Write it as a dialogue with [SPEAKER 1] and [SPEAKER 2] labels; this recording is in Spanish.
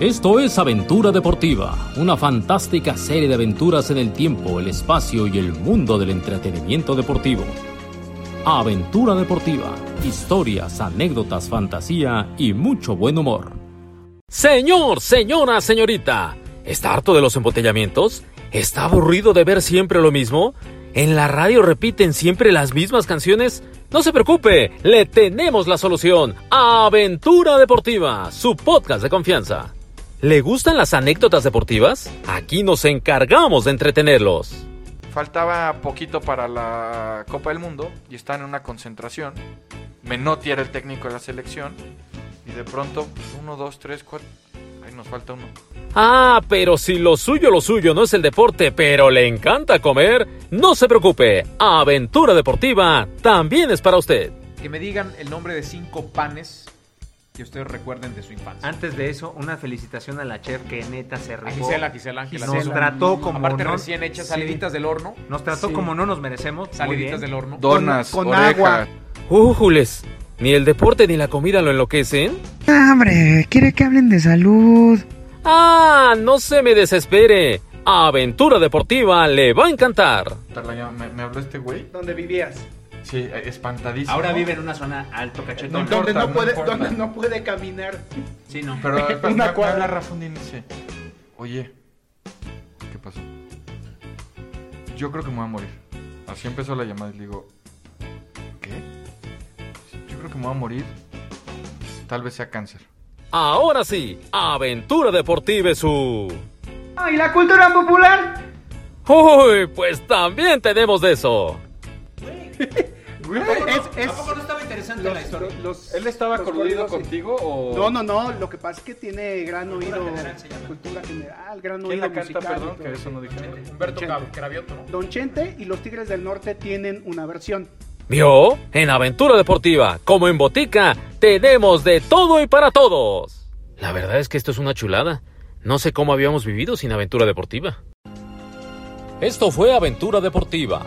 [SPEAKER 1] Esto es Aventura Deportiva, una fantástica serie de aventuras en el tiempo, el espacio y el mundo del entretenimiento deportivo. Aventura Deportiva, historias, anécdotas, fantasía y mucho buen humor.
[SPEAKER 2] Señor, señora, señorita, ¿está harto de los embotellamientos? ¿Está aburrido de ver siempre lo mismo? ¿En la radio repiten siempre las mismas canciones? No se preocupe, le tenemos la solución. Aventura Deportiva, su podcast de confianza. ¿Le gustan las anécdotas deportivas? Aquí nos encargamos de entretenerlos.
[SPEAKER 3] Faltaba poquito para la Copa del Mundo y están en una concentración. Menotti era el técnico de la selección. Y de pronto, pues, uno, dos, tres, cuatro. Ahí nos falta uno.
[SPEAKER 2] Ah, pero si lo suyo, lo suyo no es el deporte, pero le encanta comer, no se preocupe. Aventura Deportiva también es para usted.
[SPEAKER 4] Que me digan el nombre de cinco panes que ustedes recuerden de su infancia.
[SPEAKER 5] Antes de eso, una felicitación a la chef que neta se rifó.
[SPEAKER 4] A Gisela, Gisela, Gisela.
[SPEAKER 5] Nos trató como
[SPEAKER 4] Aparte
[SPEAKER 5] no-
[SPEAKER 4] recién hechas,
[SPEAKER 5] sí.
[SPEAKER 4] saliditas del horno.
[SPEAKER 5] Nos trató
[SPEAKER 4] Sí.
[SPEAKER 5] como no nos merecemos. muy
[SPEAKER 4] Saliditas
[SPEAKER 5] bien.
[SPEAKER 4] del horno.
[SPEAKER 3] Donas,
[SPEAKER 6] con
[SPEAKER 3] orejas.
[SPEAKER 6] agua.
[SPEAKER 2] Újules, ni el deporte ni la comida lo enloquecen.
[SPEAKER 7] Ah, hombre, quiere que hablen de salud.
[SPEAKER 2] Ah, no se me desespere. Aventura Deportiva le va a encantar.
[SPEAKER 3] Tarla, ya ¿Me, me habló este güey?
[SPEAKER 6] Donde vivías.
[SPEAKER 3] Sí, eh, espantadísimo.
[SPEAKER 5] Ahora vive en una zona alto cachetón.
[SPEAKER 3] No,
[SPEAKER 6] donde,
[SPEAKER 3] importa,
[SPEAKER 6] no puede,
[SPEAKER 3] importa.
[SPEAKER 6] donde no puede caminar.
[SPEAKER 5] Sí, no.
[SPEAKER 3] Pero, pero
[SPEAKER 6] Una
[SPEAKER 3] me- me
[SPEAKER 6] cuadra.
[SPEAKER 3] habla Rafa un día y me dice, Oye, ¿qué pasó? Yo creo que me voy a morir. Así empezó la llamada y le digo, ¿qué? Yo creo que me voy a morir. Tal vez sea cáncer.
[SPEAKER 2] Ahora sí, Aventura Deportiva es su...
[SPEAKER 6] Ah, y la cultura popular.
[SPEAKER 2] Uy, pues también tenemos de eso.
[SPEAKER 6] Es- es-
[SPEAKER 5] estaba interesante la
[SPEAKER 6] los-
[SPEAKER 5] historia?
[SPEAKER 6] los-
[SPEAKER 3] ¿Él estaba
[SPEAKER 6] los
[SPEAKER 3] coludido
[SPEAKER 6] corridos, sí.
[SPEAKER 3] contigo o...?
[SPEAKER 6] No, no, no. Lo que pasa es que tiene gran oído.
[SPEAKER 5] general se llama.
[SPEAKER 6] cultura general, gran
[SPEAKER 3] ¿Quién
[SPEAKER 6] oído.
[SPEAKER 3] la canta,
[SPEAKER 6] musical y
[SPEAKER 3] perdón?
[SPEAKER 6] todo
[SPEAKER 3] Que eso no dijeron.
[SPEAKER 4] Humberto
[SPEAKER 6] Chente.
[SPEAKER 4] Cab- Cravioto, ¿no?
[SPEAKER 6] Don Chente y los Tigres del Norte tienen una versión.
[SPEAKER 2] ¿Vio? En Aventura Deportiva, como en Botica, tenemos de todo y para todos. La verdad es que esto es una chulada. No sé cómo habíamos vivido sin Aventura Deportiva.
[SPEAKER 1] Esto fue Aventura Deportiva.